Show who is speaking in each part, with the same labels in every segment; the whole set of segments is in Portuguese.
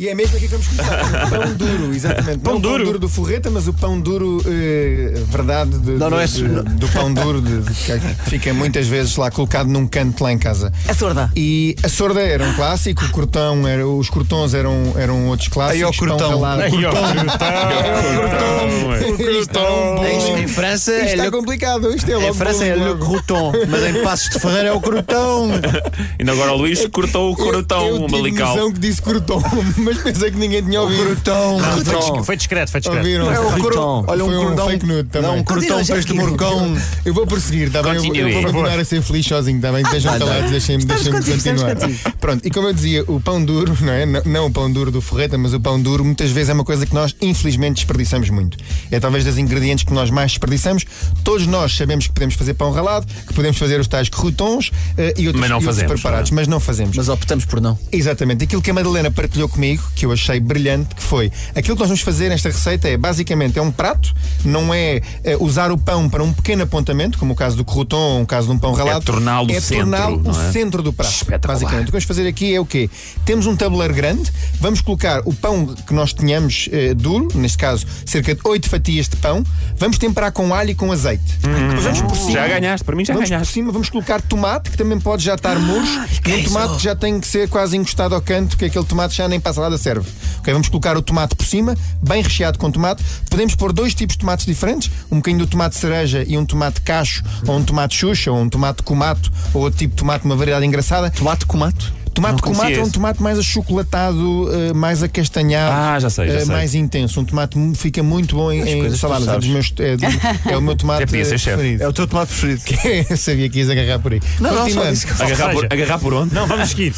Speaker 1: E é mesmo aqui que vamos começar. pão duro, exatamente.
Speaker 2: Pão
Speaker 1: não o
Speaker 2: duro?
Speaker 1: pão duro do Forreta, mas o pão duro, eh, verdade, de-
Speaker 3: Não,
Speaker 1: de-
Speaker 3: não é
Speaker 1: de-
Speaker 3: su-
Speaker 1: do pão duro, de- de- que fica muitas vezes lá colocado num canto lá em casa.
Speaker 4: É sorda!
Speaker 1: E a sorda era um clássico, o cortão era, os cortons eram, eram outros clássicos.
Speaker 3: Aí ao
Speaker 1: pão
Speaker 3: cortão.
Speaker 1: ralado.
Speaker 2: Aí, ó, crotão!
Speaker 1: Isto é um bom-
Speaker 3: Em, em França
Speaker 1: Isto
Speaker 3: é
Speaker 1: está
Speaker 3: le,
Speaker 1: complicado, isto é logo
Speaker 3: em França é
Speaker 1: bom,
Speaker 3: le
Speaker 1: logo.
Speaker 3: croton, mas em Passos de Ferreira é o crotão.
Speaker 2: Ainda agora o Luís cortou o
Speaker 1: eu, eu
Speaker 2: corotão
Speaker 1: tive
Speaker 2: umbilical.
Speaker 1: noção que disse cortão, mas pensei que ninguém tinha ouvido.
Speaker 3: Crotão.
Speaker 5: Foi discreto, foi discreto.
Speaker 1: Ouviram?
Speaker 3: É o cro... Olha um
Speaker 1: Foi um
Speaker 3: crotão.
Speaker 1: fake nude também.
Speaker 3: não, um crotão peixe de morcão.
Speaker 1: Eu vou prosseguir, está bem? Eu, vou- eu
Speaker 2: Continue.
Speaker 1: vou
Speaker 2: Por
Speaker 1: continuar a ser feliz sozinho, está bem? Deixem-me calados, deixem-me deixem
Speaker 4: contigo, estamos
Speaker 1: continuar. Pronto, e como eu dizia, o pão duro, não é? Não, não o pão duro do Ferreta, mas o pão duro muitas vezes é uma coisa que nós infelizmente desperdiçamos muito. É talvez das ingredientes que nós mais desperdiçamos. Todos nós sabemos que podemos fazer pão ralado, que podemos fazer os tais croutons eh, e outros,
Speaker 2: Mas não é?
Speaker 1: e outros
Speaker 2: fazemos,
Speaker 1: preparados, mas não fazemos.
Speaker 3: Mas optamos por não.
Speaker 1: Exatamente. Aquilo que a Madalena partilhou comigo, que eu achei brilhante, que foi aquilo que nós vamos fazer nesta receita é basicamente é um prato, não é, eh, usar o pão para um pequeno apontamento, como o caso do croton, o caso de um pão ralado.
Speaker 2: torná-lo
Speaker 1: é
Speaker 2: centro,
Speaker 1: torná-lo
Speaker 2: não é?
Speaker 1: o centro do prato.
Speaker 2: Espetacular.
Speaker 1: Basicamente. O que vamos fazer aqui é o quê? Temos um tabuleiro grande, vamos colocar o pão que nós tenhamos eh, duro, neste caso cerca de 8 fatias de pão, vamos temperar com alho e com azeite. Depois vamos por cima.
Speaker 2: Já ganhaste, para mim já
Speaker 1: Vamos por
Speaker 2: ganhaste. Ah,
Speaker 1: cima, vamos colocar tomate, que também pode já estar murcho. E um tomate que já tem que ser quase encostado ao canto, que aquele tomate já nem para a salada serve. Ok, vamos colocar o tomate por cima, bem recheado com tomate. Podemos pôr dois tipos de tomates diferentes, um bocadinho do tomate cereja e um tomate cacho, ou um tomate xuxa, ou um tomate comato, ou outro tipo de tomate, uma variedade engraçada.
Speaker 3: Tomate com mato.
Speaker 1: Tomate com
Speaker 2: conhecia
Speaker 1: mato é um
Speaker 2: esse.
Speaker 1: tomate mais achocolatado, eh, mais acastanhado,
Speaker 2: Ah, já sei, já
Speaker 1: eh,
Speaker 2: sei.
Speaker 1: mais intenso. Um tomate mu- fica muito bom em, em
Speaker 3: coisas que tu
Speaker 1: saladas. É, dos meus- é do- é o meu tomate
Speaker 2: Até podia ser
Speaker 1: eh,
Speaker 2: chefe.
Speaker 1: preferido.
Speaker 3: É o teu tomate preferido.
Speaker 1: Eu sabia que ias agarrar por aí.
Speaker 3: Não, não, só
Speaker 1: Continuando.
Speaker 3: disse que-
Speaker 2: Agarrar por,
Speaker 5: seja.
Speaker 2: agarrar por onde?
Speaker 5: Não, vamos seguir.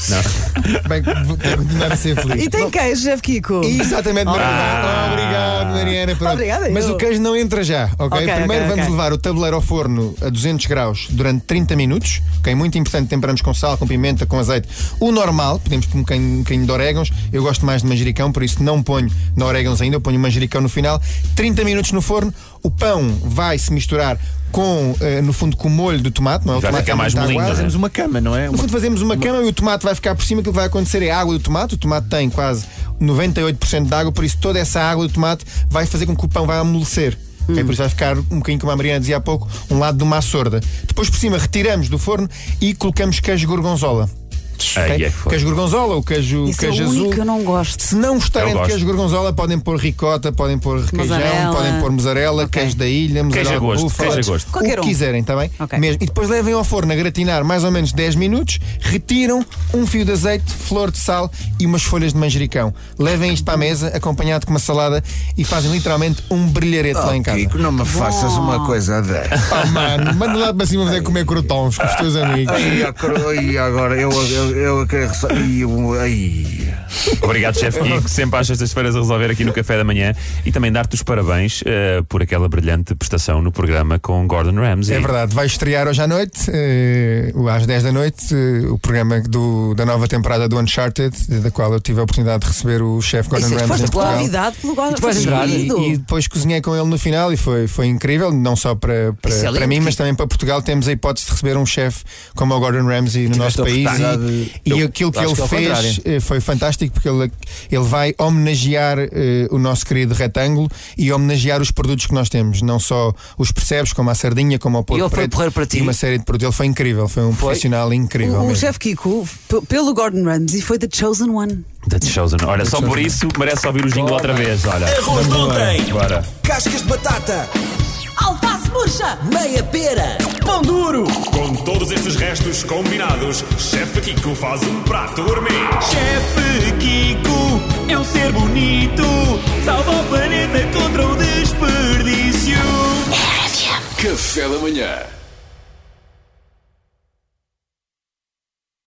Speaker 1: Bem, vou vou continuar a ser feliz.
Speaker 4: E tem queijo, chefe Kiko? Ah.
Speaker 1: Exatamente, Mariana. Obrigado, Mariana. Pronto.
Speaker 4: Obrigada, eu.
Speaker 1: Mas o queijo não entra já, ok?
Speaker 4: Ok,
Speaker 1: Primeiro
Speaker 4: ok,
Speaker 1: vamos
Speaker 4: ok.
Speaker 1: levar o tabuleiro ao forno a 200 graus durante 30 minutos, ok? Muito importante, temperamos com sal, com pimenta, com azeite. O normal, podemos pôr um bocadinho, um bocadinho de orégãos. Eu gosto mais de manjericão, por isso não ponho na orégãos ainda, eu ponho manjericão no final. 30 minutos no forno, o pão vai se misturar com, eh, no fundo, com o molho do tomate, não é? O
Speaker 2: Vai
Speaker 1: tomate
Speaker 2: ficar
Speaker 1: é
Speaker 2: mais
Speaker 1: muito
Speaker 2: molinho, não
Speaker 1: aguado.
Speaker 2: é?
Speaker 3: Fazemos uma cama, não é?
Speaker 1: No
Speaker 3: Uma...
Speaker 1: fundo Então, fazemos uma cama e o tomate vai ficar por cima, aquilo que vai acontecer é a água do tomate, o tomate tem quase 98% de água, por isso toda essa água do tomate vai fazer com que o pão vai amolecer.
Speaker 2: Hum.
Speaker 1: ok? Por isso vai ficar um bocadinho, como a Mariana dizia há pouco, um lado de uma sorda. Depois por cima retiramos do forno e colocamos queijo gorgonzola. ok?
Speaker 2: Ai, é que foi.
Speaker 1: Queijo gorgonzola, o queijo,
Speaker 4: Isso é
Speaker 1: queijo
Speaker 4: o
Speaker 1: azul.
Speaker 4: único que eu não gosto.
Speaker 1: Se não gostarem
Speaker 2: Eu
Speaker 1: de
Speaker 2: gosto.
Speaker 1: queijo gorgonzola, podem pôr ricota, podem pôr requeijão,
Speaker 4: Mozzarella.
Speaker 1: podem pôr mozzarella,
Speaker 4: Ok.
Speaker 1: queijo da ilha,
Speaker 2: a
Speaker 1: mozzarella de
Speaker 2: gosto,
Speaker 1: búfala,
Speaker 2: queijo a gosto.
Speaker 1: o
Speaker 4: Qualquer
Speaker 1: que
Speaker 4: um.
Speaker 1: quiserem, está bem?
Speaker 4: Ok.
Speaker 1: Mesmo. E depois levem ao forno a gratinar mais ou menos 10 minutos, retiram um fio de azeite, flor de sal e umas folhas de manjericão. Levem isto para a mesa, acompanhado com uma salada e fazem literalmente um brilharete lá em casa.
Speaker 3: Kiko, não me faças uma coisa dessa.
Speaker 1: Pá, mano, manda lá para cima fazer comer crotons com os teus amigos.
Speaker 3: Ai, eu quero- ai, agora eu, eu, eu quero. só- ai, eu- ai.
Speaker 2: Obrigado, chefe Kiko, sempre às sextas-feiras a resolver aqui no Café da Manhã e também dar-te os parabéns eh, por aquela brilhante prestação no programa com Gordon Ramsay.
Speaker 1: É verdade, vai estrear hoje à noite, eh, às 10 da noite, eh, o programa do- da nova temporada do Uncharted, eh, da qual eu tive a oportunidade de receber o chefe Gordon
Speaker 4: Isso, é
Speaker 1: Ramsay. em
Speaker 4: foste
Speaker 1: Portugal.
Speaker 4: convidado pelo Gordon
Speaker 1: E- E, e
Speaker 4: Ramsay.
Speaker 1: depois cozinhei com ele no final e foi, foi incrível, não só para, para,
Speaker 3: Excelente.
Speaker 1: para mim, mas também para Portugal. Temos a hipótese de receber um chefe como o Gordon Ramsay no
Speaker 3: Tiveste
Speaker 1: nosso
Speaker 3: a
Speaker 1: país
Speaker 3: oportunidade-
Speaker 1: e, e
Speaker 3: Eu
Speaker 1: aquilo que
Speaker 3: acho
Speaker 1: ele
Speaker 3: que é ao
Speaker 1: fez
Speaker 3: contrário.
Speaker 1: eh, foi fantástico porque ele, ele vai homenagear eh, o nosso querido retângulo e homenagear os produtos que nós temos, não só os percebes, como a sardinha, como o porco
Speaker 3: ele foi
Speaker 1: preto,
Speaker 3: porreiro para ti?
Speaker 1: e uma série de produtos. Ele foi incrível, foi um profissional incrível.
Speaker 4: O, o
Speaker 1: mesmo.
Speaker 4: chefe Kiko, p- pelo Gordon Ramsay, foi The Chosen One.
Speaker 2: The Chosen. Olha, só por isso merece ouvir o jingle outra vez. Olha.
Speaker 6: Arroz de ontem.
Speaker 2: Bora.
Speaker 6: cascas de batata,
Speaker 4: Alface murcha!
Speaker 6: meia pera.
Speaker 4: Pão duro!
Speaker 2: Com todos estes restos combinados, Chefe Kiko faz um prato gourmet.
Speaker 7: Chefe Kiko é um ser bonito, salva o planeta contra o desperdício.
Speaker 8: Café da manhã.